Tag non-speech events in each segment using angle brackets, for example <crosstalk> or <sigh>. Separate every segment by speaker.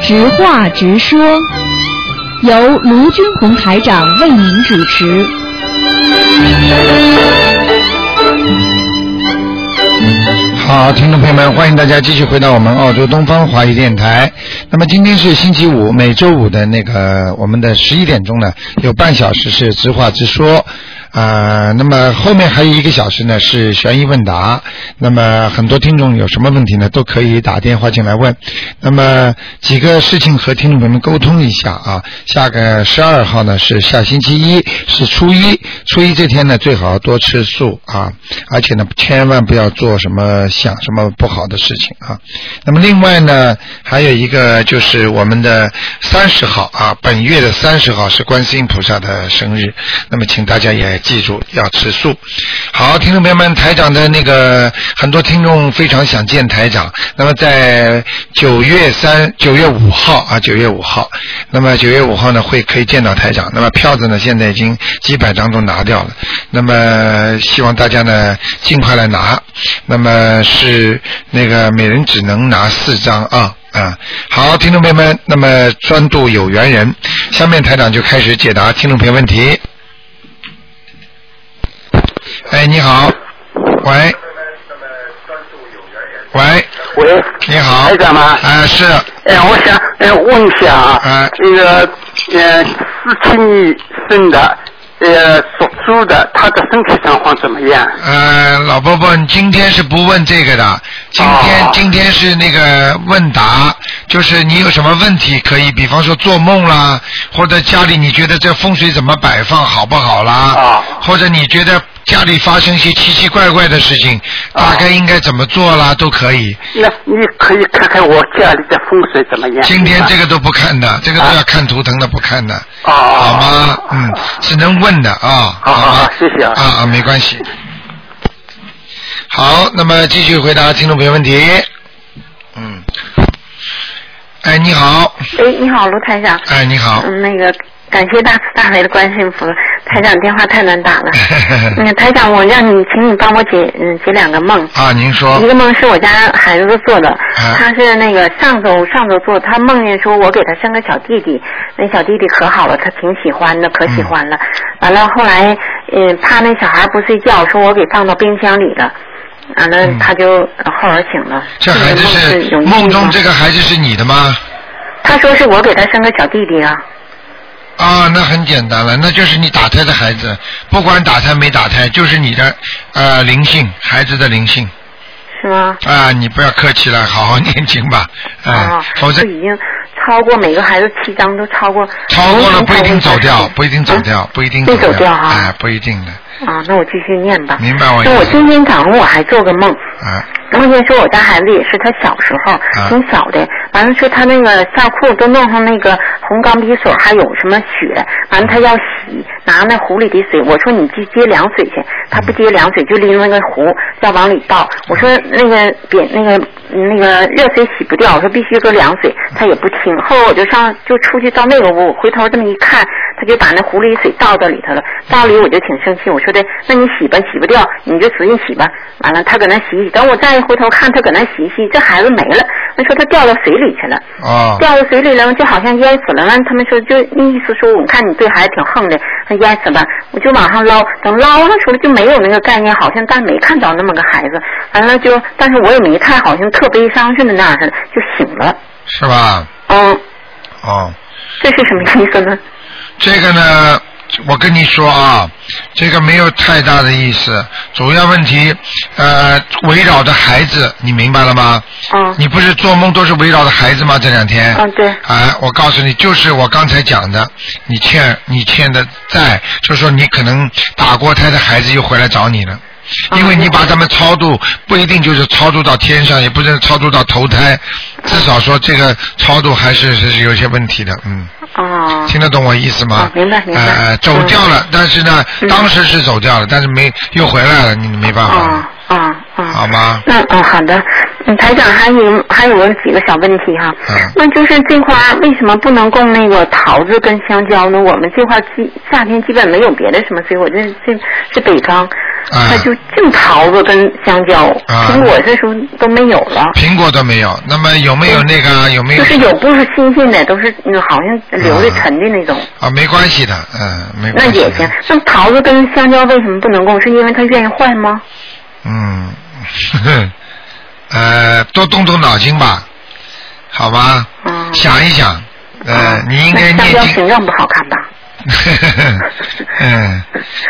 Speaker 1: 直话直说，由卢军红台长为您主持。
Speaker 2: 好，听众朋友们，欢迎大家继续回到我们澳洲东方华语电台。那么今天是星期五，每周五的那个我们的十一点钟呢，有半小时是直话直说。啊、那么后面还有一个小时呢是悬疑问答。那么很多听众有什么问题呢，都可以打电话进来问。那么几个事情和听众朋友们沟通一下啊。下个十二号呢是下星期一，是初一，初一这天呢最好多吃素啊，而且呢千万不要做什么想什么不好的事情啊。那么另外呢，还有一个就是我们的三十号啊，本月的三十号是观世音菩萨的生日，那么请大家也记住要吃素。好，听众朋友们，台长的那个很多听众非常想见台长，那么在九月三、九月五号啊，九月五号，那么九月五号呢会可以见到台长，那么票子呢现在已经几百张都拿掉了，那么希望大家呢尽快来拿，那么是那个每人只能拿四张啊。啊，好，听众朋友们，那么专注有缘人，下面台长就开始解答听众朋友问题。哎，你好，喂，喂，
Speaker 3: 喂，
Speaker 2: 你好，
Speaker 3: 台长吗
Speaker 2: 啊，是，
Speaker 3: 哎，我想哎问一下啊，
Speaker 2: 哎
Speaker 3: 那个呃四七年生的呃属猪的，他的身体状况怎么样？
Speaker 2: 呃，老伯伯，你今天是不问这个的，今天、
Speaker 3: 哦
Speaker 2: 今天是那个问答，就是你有什么问题可以，比方说做梦啦，或者家里你觉得这风水怎么摆放好不好啦，
Speaker 3: 哦
Speaker 2: 或者你觉得家里发生一些奇奇怪怪的事情，
Speaker 3: 啊
Speaker 2: 大概应该怎么做啦，都可以。
Speaker 3: 那你可以看看我家里的风水怎么样？
Speaker 2: 今天这
Speaker 3: 个
Speaker 2: 个都不看的，这个都
Speaker 3: 啊
Speaker 2: 要看图腾的，不看的，
Speaker 3: 哦，
Speaker 2: 好吗？嗯，只能问的啊，
Speaker 3: 好好
Speaker 2: 吧
Speaker 3: 好，谢谢啊
Speaker 2: 啊啊，没关系。好，那么继续回答听众朋友问题。嗯，哎，你好，
Speaker 4: 哎，你好，卢台长。
Speaker 2: 哎，你好，
Speaker 4: 嗯，那个感谢大慈大悲的观世音菩萨，台长电话太难打
Speaker 2: <laughs>
Speaker 4: 了。嗯，台长，我让你，请你帮我解，嗯，解两个梦。
Speaker 2: 啊，您说
Speaker 4: 一，个梦是我家孩子做的，
Speaker 2: 啊
Speaker 4: 他是那个上周上周做的，他梦见说我给他生个小弟弟，那小弟弟可好了，他挺喜欢的，可
Speaker 2: 嗯
Speaker 4: 喜欢了。完了后来，嗯，怕那小孩不睡觉，说我给放到冰箱里了。完了
Speaker 2: 嗯，
Speaker 4: 他就呃后来醒了。
Speaker 2: 这孩子
Speaker 4: 个梦
Speaker 2: 是
Speaker 4: 嗯有意义
Speaker 2: 梦中
Speaker 4: 吗
Speaker 2: 这个孩子是你的吗？
Speaker 4: 他说是我给他生个小弟弟啊。
Speaker 2: 啊，那很简单了，那就是你打胎的孩子，不管打胎没打胎，就是你的呃灵性，孩子的灵性。
Speaker 4: 是吗？
Speaker 2: 啊，你不要客气了，好 <laughs> 好念经吧，哎、
Speaker 4: 啊，
Speaker 2: 否则
Speaker 4: 就已经超过每个孩子七张都超过，
Speaker 2: 超过了不一定走掉，不一定走
Speaker 4: 嗯
Speaker 2: 掉，不一定
Speaker 4: 会走掉
Speaker 2: 掉，
Speaker 4: 啊
Speaker 2: 哎，不一定的，
Speaker 4: 啊，那我继续念吧。
Speaker 2: 明白我意
Speaker 4: 那我
Speaker 2: 思
Speaker 4: 今天早上我还做个梦，
Speaker 2: 啊？
Speaker 4: 梦见说我家孩子也是他小时候、挺小的，完了说他那个校裤都弄上那个红钢笔水，还有什么血，完了他要洗，拿那壶里的水，我说你去接凉水去，他
Speaker 2: 嗯
Speaker 4: 不接凉水就拎那个壶要往里倒，我说那个别那个那个热水洗不掉，我说必须搁凉水，他也不听，后来我就上就出去到那个屋，我回头这么一看，他就把那壶里水倒到里头了，倒里我就挺生气，我说的，那你洗吧，洗不掉你就使劲洗吧。完了，他搁那洗洗，等我再一回头看，他搁那洗洗，这孩子没了，那说他掉到水里去了，
Speaker 2: 哦，
Speaker 4: 掉到水里了，就好像淹死了。完了，他们说就那意思说，我看你对孩子挺横的，那淹死吧，我就往上捞，等捞上出来就没有那个概念，好像但没看着那么个孩子。完了就，但是我也没看，好像特悲伤似的那样似的，就醒了。
Speaker 2: 是吧？
Speaker 4: 嗯，
Speaker 2: 哦，
Speaker 4: 这是什么意思呢？
Speaker 2: 这个呢，我跟你说啊，这个没有太大的意思，主要问题呃围绕着孩子，你明白了吗？
Speaker 4: 嗯
Speaker 2: 你不是做梦都是围绕着孩子吗？这两天。
Speaker 4: 嗯，对。
Speaker 2: 啊，我告诉你，就是我刚才讲的，你欠你欠的债，就是说你可能打过胎的孩子又回来找你了。
Speaker 4: 啊
Speaker 2: 因为你把他们超度，不一定就是超度到天上，也不是超度到投
Speaker 4: 啊
Speaker 2: 胎，至少说这个超度还是是是有些问题的，嗯，
Speaker 4: 哦。
Speaker 2: 听得懂我意思吗？
Speaker 4: 哦明白明白
Speaker 2: 呃，走
Speaker 4: 嗯
Speaker 2: 掉了，但是呢，
Speaker 4: 嗯
Speaker 2: 当时是走掉了，但是没又回来了，你没办法
Speaker 4: 哦
Speaker 2: 了，
Speaker 4: 哦哦。
Speaker 2: 啊好吗？
Speaker 4: 嗯嗯，好的。嗯，台长还有还有几个小问题哈、
Speaker 2: 嗯
Speaker 4: 那就是这块儿为什么不能供那个桃子跟香蕉呢？我们这块儿基夏天基本没有别的什么水果，这这是北方。
Speaker 2: 啊
Speaker 4: 他就净桃子跟香蕉，
Speaker 2: 啊
Speaker 4: 苹果这时候都没有了。
Speaker 2: 苹果都没有。那么有没有那个有没有？
Speaker 4: 就是有不是新鲜的，都是嗯好像留的
Speaker 2: 啊
Speaker 4: 沉的那种，
Speaker 2: 啊，没关系的，嗯，没关
Speaker 4: 那
Speaker 2: 系。
Speaker 4: 也行。。那桃子跟香蕉为什么不能供？是因为它愿意坏吗？
Speaker 2: 嗯， <laughs> 呃，多动动脑筋吧，好吗？
Speaker 4: 嗯。
Speaker 2: 想一想，呃，你应该
Speaker 4: 那
Speaker 2: 念
Speaker 4: 香蕉
Speaker 2: 经
Speaker 4: <laughs> 形，状不好看吧？
Speaker 2: <laughs>
Speaker 4: <laughs>
Speaker 2: 嗯，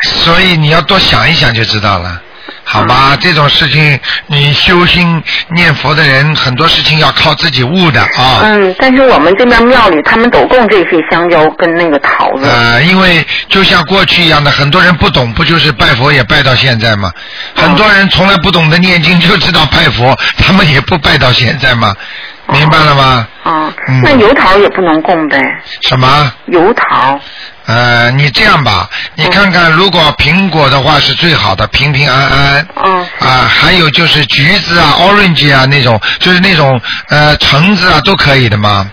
Speaker 2: 所以你要多想一想就知道了。好
Speaker 4: 啊
Speaker 2: 吧，这种事情你修心念佛的人，很多事情要靠自己悟的啊。
Speaker 4: 嗯，但是我们这边庙里他们都供这些香蕉跟那个桃子。
Speaker 2: 呃，因为就像过去一样的，很多人不懂，不就是拜佛也拜到现在吗？很多人从来不懂得念经，就知道拜佛，他们也不拜到现在吗？明白了吗？
Speaker 4: 啊、
Speaker 2: 嗯
Speaker 4: 那油桃也不能供呗？
Speaker 2: 什么？
Speaker 4: 油桃，
Speaker 2: 呃，你这样吧，你看看，如果苹果的话是最好的，平平安安。
Speaker 4: 嗯
Speaker 2: 啊，还有就是橘子啊、orange 啊那种，就是那种呃橙子啊都可以的嘛。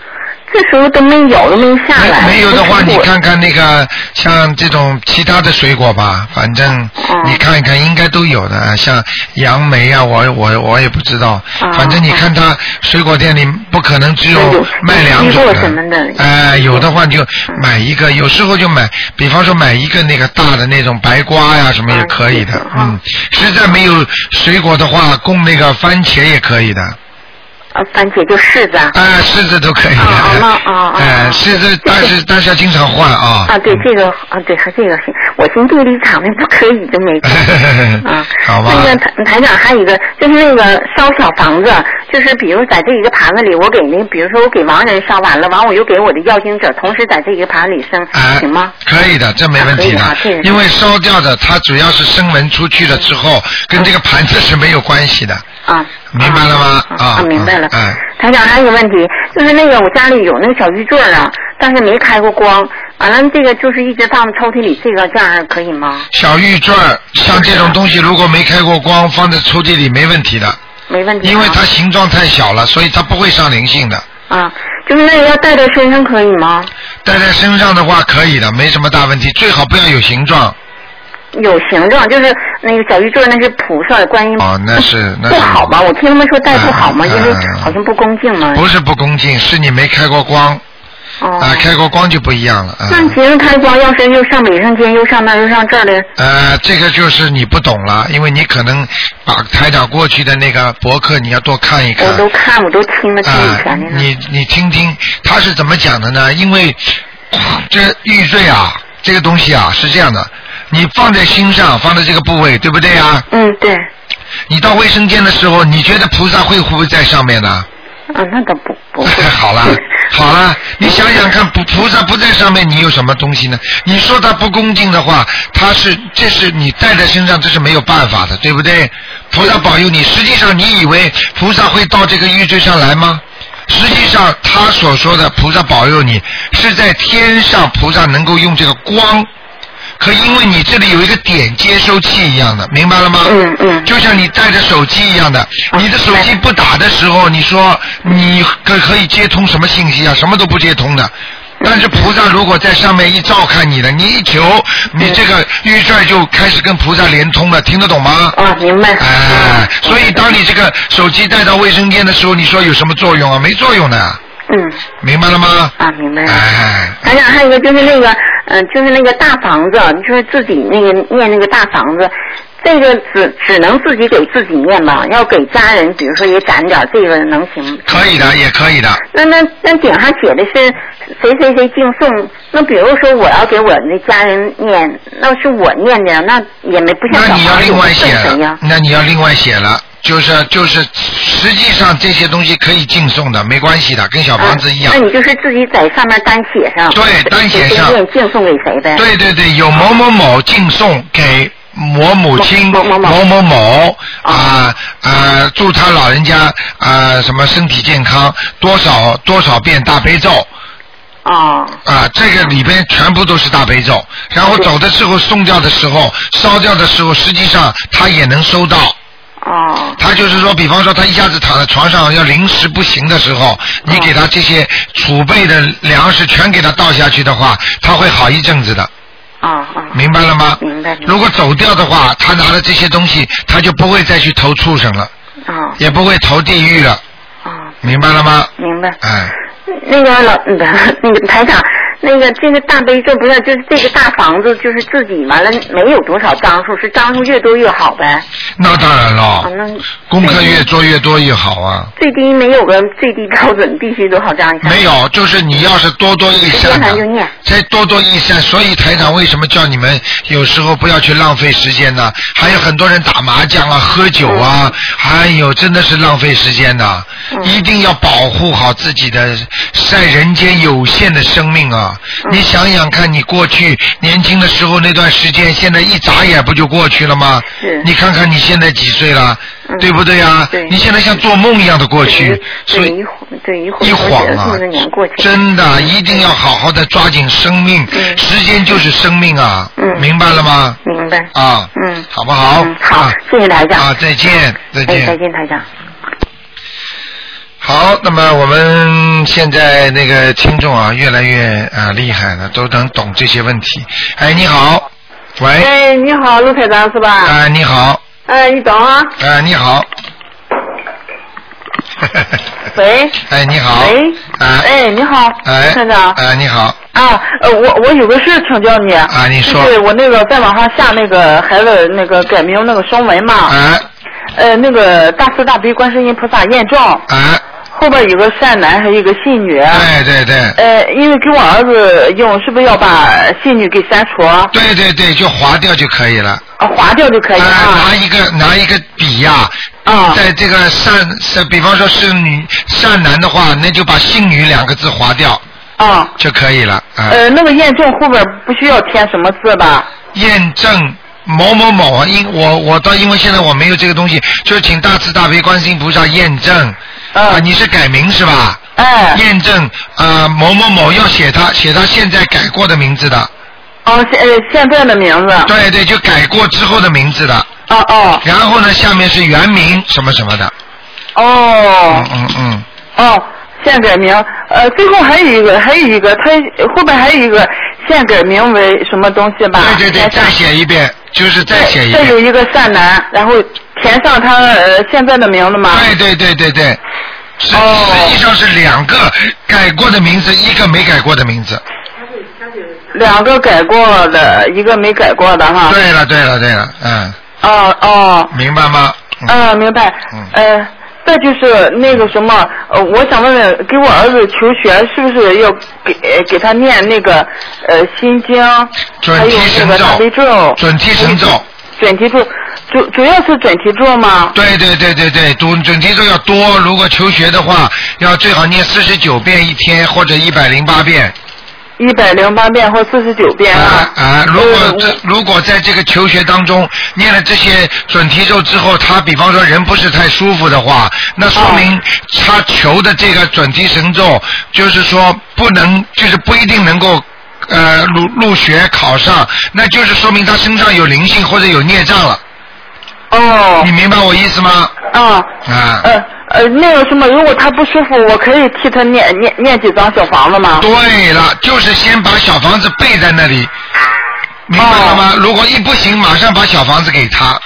Speaker 4: 这时候都没有，都没下来。
Speaker 2: 没没有的话，
Speaker 4: 都是
Speaker 2: 你
Speaker 4: 果
Speaker 2: 看看那个像这种其他的水果吧，反正
Speaker 4: 嗯
Speaker 2: 你看一看，应该都有的，像杨梅啊，我我我也不知道，
Speaker 4: 嗯
Speaker 2: 反正你看它水果店里不可能只
Speaker 4: 有
Speaker 2: 卖两
Speaker 4: 水
Speaker 2: 种
Speaker 4: 果
Speaker 2: 的
Speaker 4: 什么的，
Speaker 2: 哎，有的话你就买一个，有时候就买，比方说买一个那个大的那种白瓜呀什么也可以的，
Speaker 4: 嗯
Speaker 2: 嗯，实在没有水果的话，供那个番茄也可以的，
Speaker 4: 啊，番茄就柿子啊。
Speaker 2: 啊，柿子都可以的。
Speaker 4: 啊那啊啊
Speaker 2: <laughs> 哎，柿子，但是但是要经常换啊。
Speaker 4: 啊，对这个啊，对这个行，我寻地理场那不可以就没供。
Speaker 2: <laughs>
Speaker 4: 啊，
Speaker 2: 好吧。
Speaker 4: 那个台台长还有一个，就是那个烧小房子，就是比如在这一个盘子里，我给那，比如说我给亡人烧完了，完我又给我的要经者，同时在这一个盘子里生，
Speaker 2: 哎
Speaker 4: 行吗？？
Speaker 2: 可以的，这没问题的，
Speaker 4: 啊可以的啊这个嗯
Speaker 2: 因为烧掉的它主要是升文出去了之后，跟这个盘子是没有关系的。
Speaker 4: 啊，
Speaker 2: 明白了吗
Speaker 4: 啊
Speaker 2: 啊
Speaker 4: 啊，明白了。
Speaker 2: 嗯
Speaker 4: 台长还有一个问题，就是那个我家里有那个小玉坠儿啊，但是没开过光，完了这个就是一直放抽屉里，这个这样可以吗？
Speaker 2: 小玉坠儿，
Speaker 4: 嗯
Speaker 2: 像这种东西如果没开过光，放在抽屉里没问题的，
Speaker 4: 没问题啊。
Speaker 2: 因为它形状太小了，所以它不会上灵性的。
Speaker 4: 啊，就是那个要戴在身上可以吗？
Speaker 2: 戴在身上的话可以的，没什么大问题，最好不要有形状。
Speaker 4: 有形状，就是那个小玉坠儿，那是菩萨观音。
Speaker 2: 哦那是那是
Speaker 4: 不好吧？我听他们说戴不好嘛，
Speaker 2: 嗯
Speaker 4: 因为
Speaker 2: 嗯
Speaker 4: 好像不恭敬嘛。
Speaker 2: 不是不恭敬，是你没开过光
Speaker 4: 哦。
Speaker 2: 啊、开过光就不一样了啊。
Speaker 4: 那其实开光，要是又上卫生间，又上那儿又上这儿的，
Speaker 2: 呃，这个就是你不懂了，因为你可能把台长过去的那个博客你要多看一看。
Speaker 4: 我都看，我都听了听
Speaker 2: 啊、
Speaker 4: 一全的呢。
Speaker 2: 嗯你你听听他是怎么讲的呢？因为这玉坠啊，这个东西啊是这样的，你放在心上，放在这个部位，对不对啊？
Speaker 4: 嗯，对，
Speaker 2: 你到卫生间的时候，你觉得菩萨会不会在上面呢？。
Speaker 4: 啊，那倒不不会
Speaker 2: <laughs>
Speaker 4: <laughs>
Speaker 2: 好了，好了，你想想看，菩菩萨不在上面，你有什么东西呢？你说他不恭敬的话，他是这是你带在身上，这是没有办法的，对不对？菩萨保佑你，实际上你以为菩萨会到这个玉坠上来吗？实际上他所说的菩萨保佑你，是在天上菩萨能够用这个光。可因为你这里有一个点接收器一样的，明白了吗？
Speaker 4: 嗯嗯
Speaker 2: 就像你带着手机一样的，
Speaker 4: 啊
Speaker 2: 你的手机不打的时候，你说你可可以接通什么信息啊？什么都不接通的。但是菩萨如果在上面一照看你了，你一求，你这个玉坠就开始跟菩萨连通了，听得懂吗？
Speaker 4: 啊，明白。
Speaker 2: 哎，所以当你这个手机带到卫生间的时候，你说有什么作用啊？没作用的，
Speaker 4: 嗯，
Speaker 2: 明白了吗？
Speaker 4: 啊，明白了。
Speaker 2: 哎，
Speaker 4: 台长，还有一个就是那个，嗯、就是那个大房子，就是自己那个念那个大房子，这个只只能自己给自己念吧，要给家人，比如说也攒点儿，这个能行吗？
Speaker 2: 可以的，也可以的。
Speaker 4: 那那那顶上写的是谁谁谁敬送，那比如说我要给我的家人念，那是我念的，那也没不
Speaker 2: 那
Speaker 4: 像小
Speaker 2: 你要
Speaker 4: 房子
Speaker 2: 另外写
Speaker 4: 送谁
Speaker 2: 了
Speaker 4: 呀，？
Speaker 2: 那你要另外写了，就是就是，实际上这些东西可以敬送的，没关系的，跟小房子一样
Speaker 4: 啊。那你就是自己在上面单写上，
Speaker 2: 对单写上
Speaker 4: 谁念敬送给谁呗。
Speaker 2: 对对对，有某某某敬送给。某母亲
Speaker 4: 啊某某哦
Speaker 2: 某
Speaker 4: 某
Speaker 2: 某某啊啊，祝他老人家啊什么身体健康，多少多少遍大悲咒
Speaker 4: 哦，
Speaker 2: 啊，这个里边全部都是大悲咒。然后走的时候送掉的时候烧掉的时候，实际上他也能收到。
Speaker 4: 哦，
Speaker 2: 他就是说，比方说他一下子躺在床上要临时不行的时候，你给他这些储备的粮食全给他倒下去的话，他会好一阵子的。
Speaker 4: 哦
Speaker 5: 啊啊！
Speaker 2: 明白了吗？
Speaker 5: 明白。明白
Speaker 2: 如果走掉的话，他拿了这些东西，他就不会再去投畜生了，
Speaker 4: 哦
Speaker 5: 啊
Speaker 2: 也不会投地狱了，
Speaker 5: 啊，
Speaker 2: 明白了吗？
Speaker 5: 明白。
Speaker 2: 哎，
Speaker 5: 那个老 <laughs> 嗯不那个台长，那个这个大悲咒不是就是这个大房子就是自己完了没有多少张数，是张数越多越好呗？
Speaker 2: 那当然
Speaker 5: 啊，
Speaker 2: 了，
Speaker 5: 那
Speaker 2: 功课越做越多越好啊。
Speaker 5: 最低没有个最低标准，必须多少张以上？
Speaker 2: 没有，就是你要是多多益
Speaker 5: 多
Speaker 2: 善
Speaker 5: 少就
Speaker 2: 的，
Speaker 5: 念。
Speaker 2: 再多多益善。所以台长为什么叫你们有时候不要去浪费时间呢？还有很多人打麻将啊、喝酒啊，哎呦，真的是浪费时间呐、
Speaker 5: 嗯
Speaker 2: 一定要保护好自己的在人间有限的生命啊！
Speaker 5: 嗯
Speaker 2: 你想想看，你过去年轻的时候那段时间，现在一眨眼不就过去了吗
Speaker 5: 是？
Speaker 2: 你看看你现在几岁了，
Speaker 5: 嗯
Speaker 2: 对不对啊
Speaker 5: 对？
Speaker 2: 你现在像做梦一样的过去，所
Speaker 5: 对
Speaker 2: 以
Speaker 5: 一晃对一晃
Speaker 2: 一晃啊
Speaker 5: 数十年过去，
Speaker 2: 真的一定要好好的抓紧生命，
Speaker 5: 嗯
Speaker 2: 时间就是生命啊，
Speaker 5: 嗯
Speaker 2: 明白了吗？
Speaker 5: 明白？
Speaker 2: 啊，
Speaker 5: 嗯
Speaker 2: 好不好？
Speaker 5: 嗯，好
Speaker 2: 啊，
Speaker 5: 谢谢台长。
Speaker 2: 啊，再见，再
Speaker 5: 哎，
Speaker 2: 见，
Speaker 5: 再见，台长。
Speaker 2: 好，那么我们现在那个听众啊，越来越啊、厉害了，都能懂这些问题。哎，你好，喂，啊、
Speaker 4: 哎，你好，陆台长是吧？
Speaker 2: 你好，
Speaker 4: 哎，你等啊。
Speaker 2: 啊、你好， <laughs>
Speaker 4: 喂。
Speaker 2: 哎，你好，
Speaker 4: 喂。
Speaker 2: 啊、
Speaker 4: 哎，你好，
Speaker 2: 哎，
Speaker 4: 陆台长。
Speaker 2: 啊，你好，
Speaker 4: 啊，呃，我我有个事请教你。
Speaker 2: 啊你说
Speaker 4: 就是我那个在网上下那个孩子那个改名那个声纹嘛。
Speaker 2: 哎，
Speaker 4: 呃，那个大慈大悲观世音菩萨验证，
Speaker 2: 哎，
Speaker 4: 后边有个善男，还有一个信女。
Speaker 2: 对哎对对，
Speaker 4: 呃，因为给我儿子用，是不是要把信女给删除？啊，
Speaker 2: 对对对，就划掉就可以了。
Speaker 4: 划掉就可以
Speaker 2: 哎拿
Speaker 4: 啊。
Speaker 2: 一个拿一个笔呀、
Speaker 4: 啊。
Speaker 2: 在这个善善，比方说是女善男的话，那就把性女两个字划掉
Speaker 4: 啊。
Speaker 2: 就可以了啊。
Speaker 4: 呃，那个验证后边不需要填什么字吧？
Speaker 2: 验证某某某啊，因我我到因为现在我没有这个东西，就是请大慈大悲观世音菩萨验证。啊，
Speaker 4: 嗯。
Speaker 2: 你是改名是吧？
Speaker 4: 哎。
Speaker 2: 验证啊、呃某某某要写他写他现在改过的名字的，
Speaker 4: 哦，现呃现在的名字。
Speaker 2: 对对，就改过之后的名字的。
Speaker 4: 哦哦
Speaker 2: 然后呢，下面是原名什么什么的。
Speaker 4: 哦
Speaker 2: 嗯嗯嗯，
Speaker 4: 哦，现改名。呃，最后还有一个，还有一个，他后边还有一个现改名为什么东西吧？
Speaker 2: 对对对，
Speaker 4: 填上
Speaker 2: 再写一遍，就是再写一
Speaker 4: 再有
Speaker 2: 遍。
Speaker 4: 一个善男，然后填上他呃现在的名字嘛。
Speaker 2: 对对对对对，实
Speaker 4: 哦
Speaker 2: 实际上是两个改过的名字，一个没改过的名字。
Speaker 4: 两个改过的，一个没改过的哈。。
Speaker 2: 对了对了对了，嗯，
Speaker 4: 哦哦。
Speaker 2: 明白吗？嗯，
Speaker 4: 嗯，明白
Speaker 2: 嗯。
Speaker 4: 呃，再就是那个什么，呃，我想问问，给我儿子求学是不是要给呃给他念那个呃心经，
Speaker 2: 准
Speaker 4: 还有
Speaker 2: 提
Speaker 4: 那
Speaker 2: 神
Speaker 4: 个大悲咒嗯
Speaker 2: 咒，，准提神咒，
Speaker 4: 准提咒，主主要是准提咒吗？
Speaker 2: 对对对对对，读准提咒要多。如果求学的话，要最好念四十九遍一天或者一百零八遍。
Speaker 4: 一百零八遍或四十九遍
Speaker 2: 啊
Speaker 4: 啊。
Speaker 2: 啊！如果
Speaker 4: 嗯
Speaker 2: 这如果在这个求学当中念了这些准提咒之后，他比方说人不是太舒服的话，那说明
Speaker 4: 哦
Speaker 2: 他求的这个准提神咒，就是说不能，就是不一定能够。呃，入入学考上，那就是说明他身上有灵性或者有孽障了，
Speaker 4: 哦
Speaker 2: 你，明白我意思吗？
Speaker 4: 啊，
Speaker 2: 啊，
Speaker 4: 呃呃，那个什么，如果他不舒服，我可以替他念念念几张小房子吗？
Speaker 2: 对了，就是先把小房子备在那里，明白了吗？如果一不行，马上把小房子给他。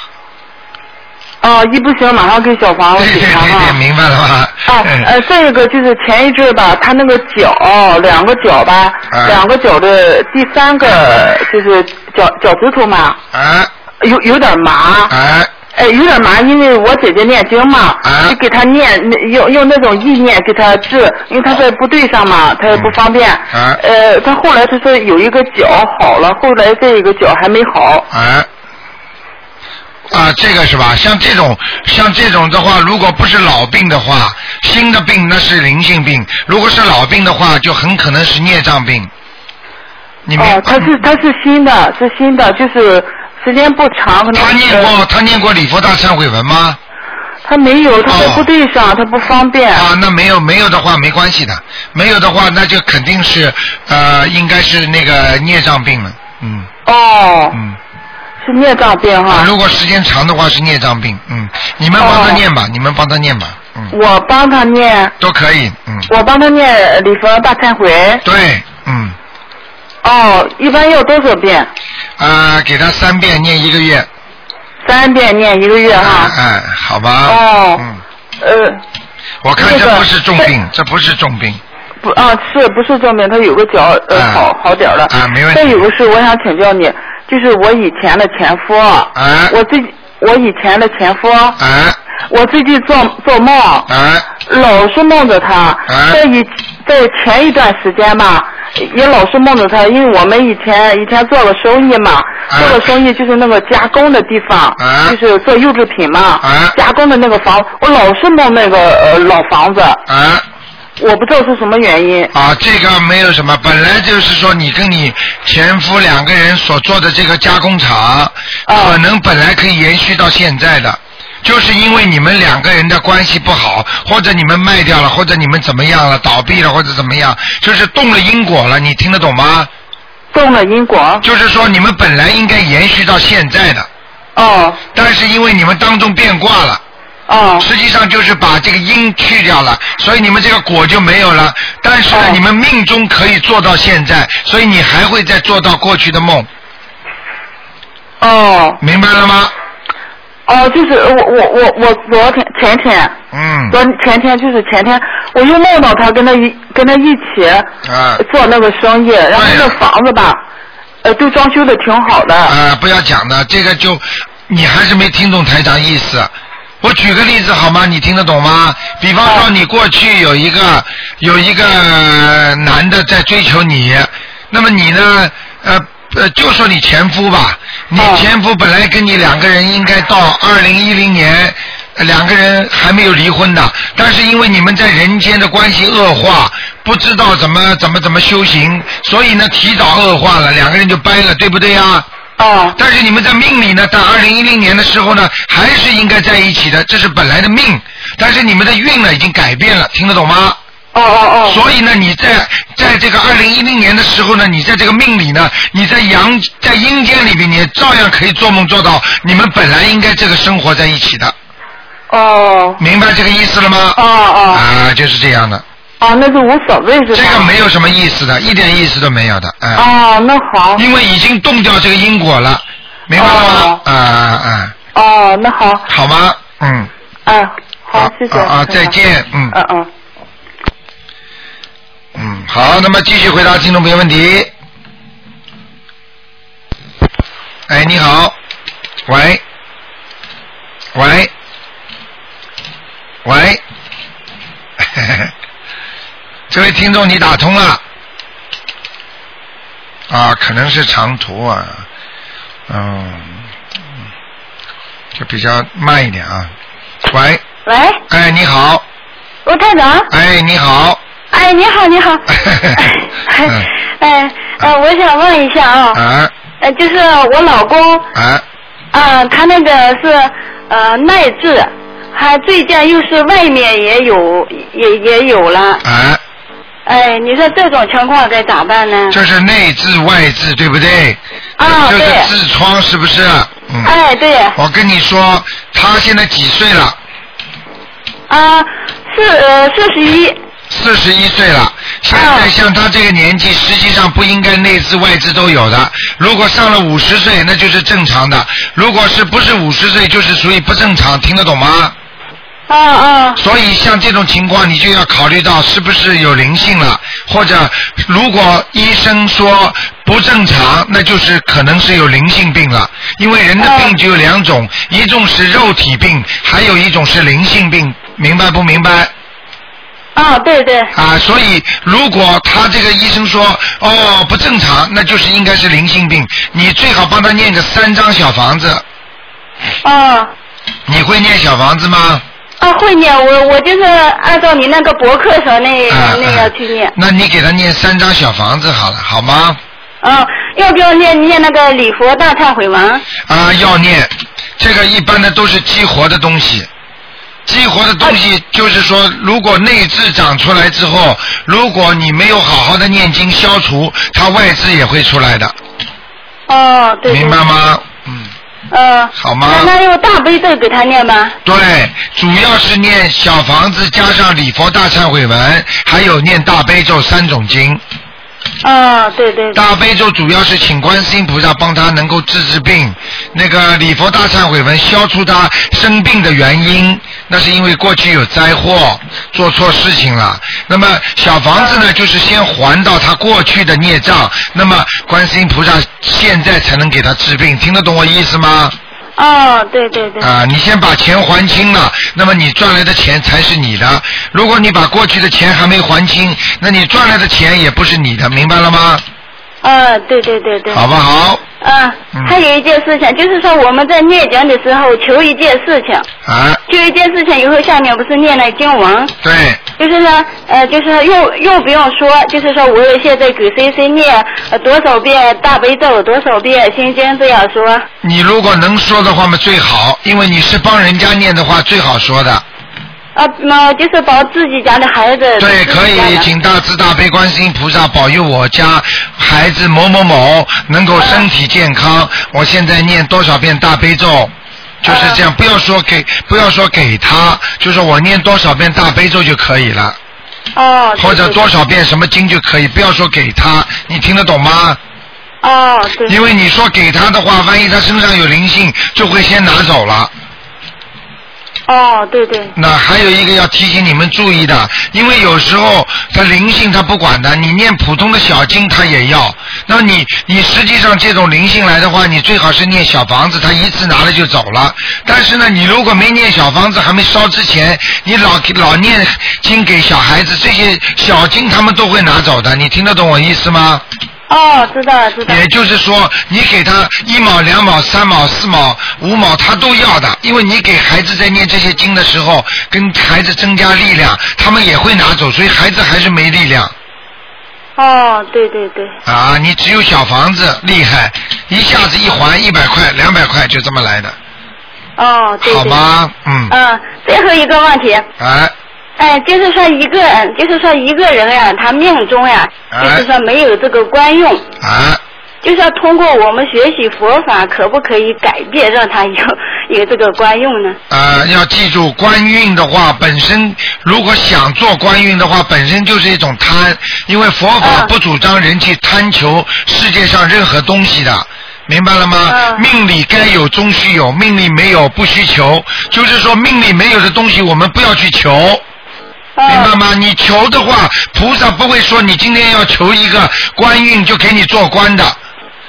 Speaker 4: 哦，一不行马上给小房子
Speaker 2: 对
Speaker 4: 给
Speaker 2: 对
Speaker 4: 他
Speaker 2: 对
Speaker 4: 哈
Speaker 2: 对，。 <laughs> 明白了吗？哎
Speaker 4: 啊，呃，再一个就是前一阵儿吧，他那个脚哦两个脚吧，
Speaker 2: 哎
Speaker 4: 两个脚的第三
Speaker 2: 啊
Speaker 4: 个就是脚脚趾头嘛，
Speaker 2: 哎
Speaker 4: 有有点麻，
Speaker 2: 哎
Speaker 4: 哎，有点麻，因为我姐姐念经嘛，
Speaker 2: 哎
Speaker 4: 就给她念，那用用那种意念给她治，因为她在部队上嘛，她也不方便。
Speaker 2: 哎
Speaker 4: 呃，她后来她说有一个脚好了，后来这一个脚还没好。
Speaker 2: 哎，啊，这个是吧？像这种像这种的话，如果不是老病的话，新的病那是灵性病；如果是老病的话，就很可能是孽障病。你明嗯
Speaker 4: 哦，她是她是新的，是新的，就是时间不长，可能
Speaker 2: 他念
Speaker 4: 呃
Speaker 2: 过他念过礼佛大忏悔文吗？
Speaker 4: 他没有，他在部队上，他不方便。
Speaker 2: 哦啊，那没有没有的话没关系的，没有的话那就肯定是呃应该是那个孽障病了。嗯
Speaker 4: 哦，
Speaker 2: 嗯。
Speaker 4: 是孽障病
Speaker 2: 啊，
Speaker 4: 哈。
Speaker 2: 如果时间长的话是孽障病，嗯，你们帮他念
Speaker 4: 哦
Speaker 2: 吧，你们帮他念吧，嗯，
Speaker 4: 我帮他念，
Speaker 2: 都可以，嗯，
Speaker 4: 我帮他念礼佛大忏悔，
Speaker 2: 对，嗯，
Speaker 4: 哦，一般要多少遍？
Speaker 2: 啊、给他三遍念一个月。
Speaker 4: 三遍念一个月哈。
Speaker 2: 哎，好吧。
Speaker 4: 啊哦
Speaker 2: 嗯，
Speaker 4: 呃，
Speaker 2: 我看
Speaker 4: 那
Speaker 2: 这
Speaker 4: 个
Speaker 2: 不是重病，这不是重病。
Speaker 4: 不啊，是不是证明他有个脚呃
Speaker 2: 啊
Speaker 4: 好好点儿了？
Speaker 2: 啊没问题
Speaker 4: 再有个事，我想请教你，就是我以前的前夫，啊
Speaker 2: 哎
Speaker 4: 我最我以前的前夫，啊
Speaker 2: 哎
Speaker 4: 我最近做做梦，
Speaker 2: 哎
Speaker 4: 老是梦着他。
Speaker 2: 哎
Speaker 4: 在以在前一段时间吧，也老是梦着他，因为我们以前以前做个生意嘛，
Speaker 2: 哎
Speaker 4: 做个生意就是那个加工的地方，
Speaker 2: 哎
Speaker 4: 就是做优质品嘛，
Speaker 2: 哎
Speaker 4: 加工的那个房，我老是梦那个呃老房子，
Speaker 2: 哎
Speaker 4: 我不知道是什么原因。
Speaker 2: 啊，这个没有什么，本来就是说你跟你前夫两个人所做的这个加工厂，可能本来可以延续到现在的。就是因为你们两个人的关系不好，或者你们卖掉了，或者你们怎么样了，倒闭了，或者怎么样，就是动了因果了，你听得懂吗？
Speaker 4: 中了因果。
Speaker 2: 就是说你们本来应该延续到现在的，
Speaker 4: 哦
Speaker 2: 但是因为你们当中变卦了，
Speaker 4: 哦
Speaker 2: 实际上就是把这个因去掉了，所以你们这个果就没有了。但是呢，
Speaker 4: 哦
Speaker 2: 你们命中可以做到现在，所以你还会再做到过去的梦，
Speaker 4: 哦
Speaker 2: 明白了吗？
Speaker 4: 哦，就是呃我我我我昨天前天。
Speaker 2: 嗯，
Speaker 4: 昨前天就是前天，我又梦到他跟他一跟他一起
Speaker 2: 啊
Speaker 4: 做那个生意，然后那房子吧，呃，都装修的挺好的。
Speaker 2: 啊，不要讲的，这个就你还是没听懂台长意思。我举个例子好吗？你听得懂吗？比方说，
Speaker 4: 哦
Speaker 2: 你过去有一个有一个呃男的在追求你，那么你呢？呃呃，就说你前夫吧，你
Speaker 4: 哦
Speaker 2: 前夫本来跟你两个人应该到二零一零年。呃两个人还没有离婚的，但是因为你们在人间的关系恶化，不知道怎么怎么怎么修行，所以呢提早恶化了，两个人就掰了，对不对呀、
Speaker 4: 哦
Speaker 2: 但是你们在命里呢，在二零一零年的时候呢，还是应该在一起的，这是本来的命。但是你们的运呢，已经改变了，听得懂吗？
Speaker 4: 哦哦哦
Speaker 2: 所以呢，你在在这个二零一零年的时候呢，你在这个命里呢，你在阳在阴间里边，你也照样可以做梦做到你们本来应该这个生活在一起的，
Speaker 4: 哦
Speaker 2: 明白这个意思了吗？
Speaker 4: 哦哦
Speaker 2: 啊，就是这样的，
Speaker 4: 哦，那就无所谓是吧？
Speaker 2: 这个没有什么意思的，一点意思都没有的，啊、
Speaker 4: 哦，那好，
Speaker 2: 因为已经动掉这个因果了，明白了吗？啊啊，
Speaker 4: 哦，那好，
Speaker 2: 好吗？嗯。
Speaker 4: 哎，好
Speaker 2: 啊，
Speaker 4: 谢谢。
Speaker 2: 啊啊再见嗯
Speaker 4: 嗯嗯。
Speaker 2: 嗯，好，那么继续回答听众朋友问题。哎，你好，喂，喂，喂， <laughs> 这位听众你打通了，啊，可能是长途啊，嗯，就比较慢一点啊。喂，
Speaker 6: 喂，
Speaker 2: 哎，你好，
Speaker 4: 哦
Speaker 6: 卢站长，
Speaker 2: 哎，你好，
Speaker 6: 哎，你
Speaker 2: <laughs>
Speaker 6: 好，你好
Speaker 2: 嗯，
Speaker 6: 哎，呃，我想问一下啊，
Speaker 2: 啊
Speaker 6: 呃，就是我老公，
Speaker 2: 啊。
Speaker 6: 啊，他那个是呃耐治，还最近又是外面也有也也有了，
Speaker 2: 啊，
Speaker 6: 哎，你说这种情况该咋办
Speaker 4: 嗯
Speaker 6: 呢？
Speaker 2: 就是内痔外痔，对不对？
Speaker 4: 哦
Speaker 6: 啊，
Speaker 2: 就是
Speaker 6: 对，
Speaker 2: 痔疮，是不是？嗯。
Speaker 6: 哎，对，
Speaker 2: 我跟你说，他现在几岁了？
Speaker 6: 啊，是呃四十一，
Speaker 2: 四十一岁了。现在像他这个年纪，实际上不应该内痔外痔都有的。如果上了五十岁，那就是正常的；如果是不是五十岁，就是属于不正常，听得懂吗？
Speaker 6: 啊啊，
Speaker 2: 所以像这种情况，你就要考虑到是不是有灵性了，或者如果医生说不正常，那就是可能是有灵性病了。因为人的病就有两种，一种是肉体病，还有一种是灵性病，明白不明白？
Speaker 6: 啊，对对，
Speaker 2: 啊，所以如果他这个医生说哦不正常，那就是应该是灵性病，你最好帮他念个三张小房子。
Speaker 6: 啊。
Speaker 2: 你会念小房子吗？
Speaker 6: 啊，会念，我我就是按照你那个博客上那、
Speaker 2: 啊
Speaker 6: 那
Speaker 2: 啊
Speaker 6: 个去念。
Speaker 2: 那你给他念三张小房子好了，好吗？
Speaker 4: 哦
Speaker 6: 嗯，要不要念念那个礼佛大忏悔文？
Speaker 2: 啊，要念，这个一般的都是激活的东西。激活的东西就是说，如果内痔长出来之后，如果你没有好好的念经消除，它外痔也会出来的，
Speaker 6: 哦，对对。
Speaker 2: 明白？吗？嗯，
Speaker 4: 呃
Speaker 6: 嗯。
Speaker 2: 好吗
Speaker 6: 那那用大悲咒给他念吧。
Speaker 2: 对，主要是念小房子加上礼佛大忏悔文，还有念大悲咒三种经，
Speaker 4: 啊，对对对，
Speaker 2: 大悲咒主要是请观世音菩萨帮他能够治治病，那个礼佛大忏悔文消除他生病的原因，那是因为过去有灾祸做错事情了。那么小房子呢，就是先还到他过去的孽障，那么观世音菩萨现在才能给他治病，听得懂我意思吗？
Speaker 4: 啊，对对对，
Speaker 2: 啊，你先把钱还清了，那么你赚来的钱才是你的。如果你把过去的钱还没还清，那你赚来的钱也不是你的，明白了吗？
Speaker 4: 啊，对对对对，
Speaker 2: 好不嗯好？
Speaker 4: 啊，还有一件事情，就是说我们在念经的时候求一件事情，
Speaker 2: 啊，
Speaker 4: 求一件事情以后，下面不是念了经文，
Speaker 2: 对，
Speaker 4: 就是说，呃，就是说用用不用说，就是说我现在给谁谁念、呃、多少遍大悲咒，多少遍心经这样说。
Speaker 2: 你如果能说的话嘛最好，因为你是帮人家念的话最好说的。
Speaker 4: 啊，那就是保自己家的孩子。
Speaker 2: 对，可以，请大慈大悲观世音菩萨保佑我家孩子某某某能够身体健康。我现在念多少遍大悲咒，就是这
Speaker 4: 呃
Speaker 2: 样，不要说给，不要说给他，就说我念多少遍大悲咒就可以了，
Speaker 4: 哦。对
Speaker 2: 或者
Speaker 4: 对
Speaker 2: 多少遍什么经就可以，不要说给他，你听得懂吗？
Speaker 4: 哦，对。
Speaker 2: 因为你说给他的话，万一他身上有灵性，就会先拿走了。
Speaker 4: 哦，对对。
Speaker 2: 那还有一个要提醒你们注意的，因为有时候他灵性他不管的，你念普通的小经他也要。那你你实际上这种灵性来的话，你最好是念小房子，他一次拿了就走了。但是呢，你如果没念小房子，还没烧之前，你老老念经给小孩子，这些小经他们都会拿走的。你听得懂我意思吗？
Speaker 4: 哦，知道了知道
Speaker 2: <laughs>
Speaker 4: 了。
Speaker 2: 也就是说，你给他一毛、两毛、三毛、四毛、五毛，他都要的，因为你给孩子在念这些经的时候，跟孩子增加力量，他们也会拿走，所以孩子还是没力量
Speaker 4: 哦，对对对。
Speaker 2: 啊！你只有小房子厉害，一下子一还一百块、两百块，就这么来的，
Speaker 4: 哦，对对。
Speaker 2: 好？吗？嗯，
Speaker 4: 嗯，最后一个问题，
Speaker 2: 哎，
Speaker 4: 哎，就是说一个，就是说一个人呀、他命中呀、
Speaker 2: 哎
Speaker 4: 就是说没有这个官用，
Speaker 2: 哎，
Speaker 4: 就是说通过我们学习佛法，可不可以改变，让他有 <laughs> 有这个官用呢？
Speaker 2: 呃，要记住，官运的话，本身如果想做官运的话，本身就是一种贪，因为佛法
Speaker 4: 啊
Speaker 2: 不主张人去贪求世界上任何东西的。明白了吗？
Speaker 4: 啊
Speaker 2: 命里该有终须有，命里没有不需求。就是说，命里没有的东西，我们不要去求，
Speaker 4: 哦
Speaker 2: 明白吗？你求的话，菩萨不会说你今天要求一个官运就给你做官的。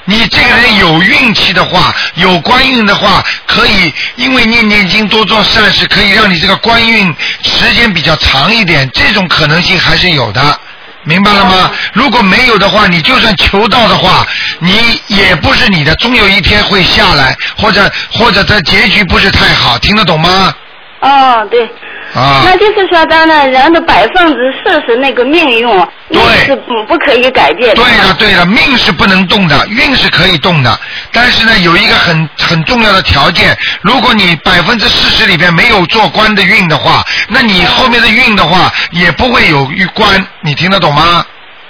Speaker 2: 你这个人有运气的话，有官运的话，可以因为念念经多做善事，可以让你这个官运时间比较长一点，这种可能性还是有的，明白了吗？如果没有的话，你就算求到的话，你也不是你的，终有一天会下来，或者或者它结局不是太好，听得懂吗？
Speaker 4: 哦，对。
Speaker 2: 啊，
Speaker 4: 那就是说，当然人的百分之四十那个命运，
Speaker 2: 对
Speaker 4: 那是不不可以改 <laughs> 变的。
Speaker 2: 对的，对的，命是不能动的，运是可以动的。但是呢，有一个很很重要的条件，如果你百分之四十里边没有做官的运的话，那你后面的运的话也不会有遇官，你听得懂吗？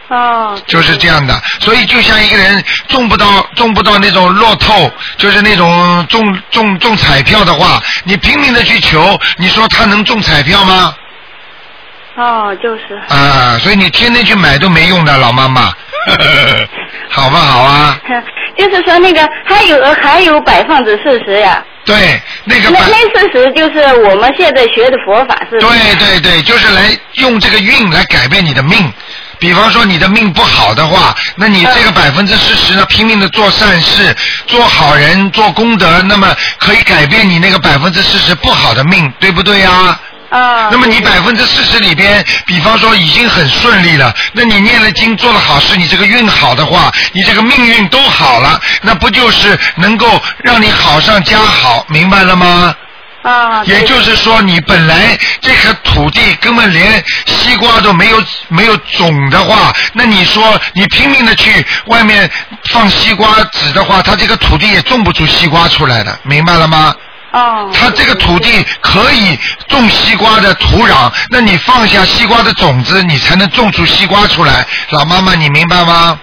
Speaker 4: 哦，
Speaker 2: 就是这样的，所以就像一个人中不到中不到那种落透，就是那种中中中彩票的话，你拼命的去求，你说他能中彩票吗？
Speaker 4: 哦，就是。 <laughs>
Speaker 2: 啊，所以你天天去买都没用的，老妈 <laughs> 妈，好不好啊？
Speaker 4: 就是说那个还有还有百分之四十呀，
Speaker 2: 对，那
Speaker 4: 那
Speaker 2: 个版，
Speaker 4: 那四十就是我们现在学的佛法是吧。
Speaker 2: 对对对，就是来用这个运来改变你的命。比方说你的命不好的话，那你这个百分之四十呢，拼命的做善事、做好人、做功德，那么可以改变你那个百分之四十不好的命，对不对呀、
Speaker 4: 啊。
Speaker 2: 那么你百分之四十里边，比方说已经很顺利了，那你念了经做了好事，你这个运好的话，你这个命运都好了，那不就是能够让你好上加好，明白了吗？
Speaker 4: 啊。对
Speaker 2: 也就是说，你本来这个土地根本连西瓜都没有没有种的话，那你说你拼命的去外面放西瓜籽的话，它这个土地也种不出西瓜出来的，明白了吗？
Speaker 4: 哦。
Speaker 2: 它这个土地可以种西瓜的土壤，那你放下西瓜的种子，你才能种出西瓜出来。老妈妈，你明白吗？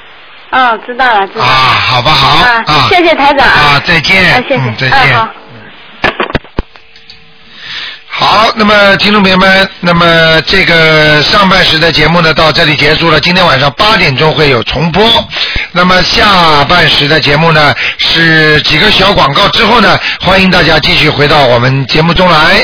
Speaker 4: 啊，知道了，知道
Speaker 2: 啊，
Speaker 4: 了。
Speaker 2: 好不好？啊，
Speaker 4: 嗯谢谢台长嗯
Speaker 2: 啊，再见。
Speaker 4: 啊，谢谢。
Speaker 2: 嗯再
Speaker 4: 啊
Speaker 2: 见。
Speaker 4: 好
Speaker 2: 好，那么听众朋友们，那么这个上半时的节目呢到这里结束了，今天晚上八点钟会有重播。那么下半时的节目呢是几个小广告之后呢，欢迎大家继续回到我们节目中来。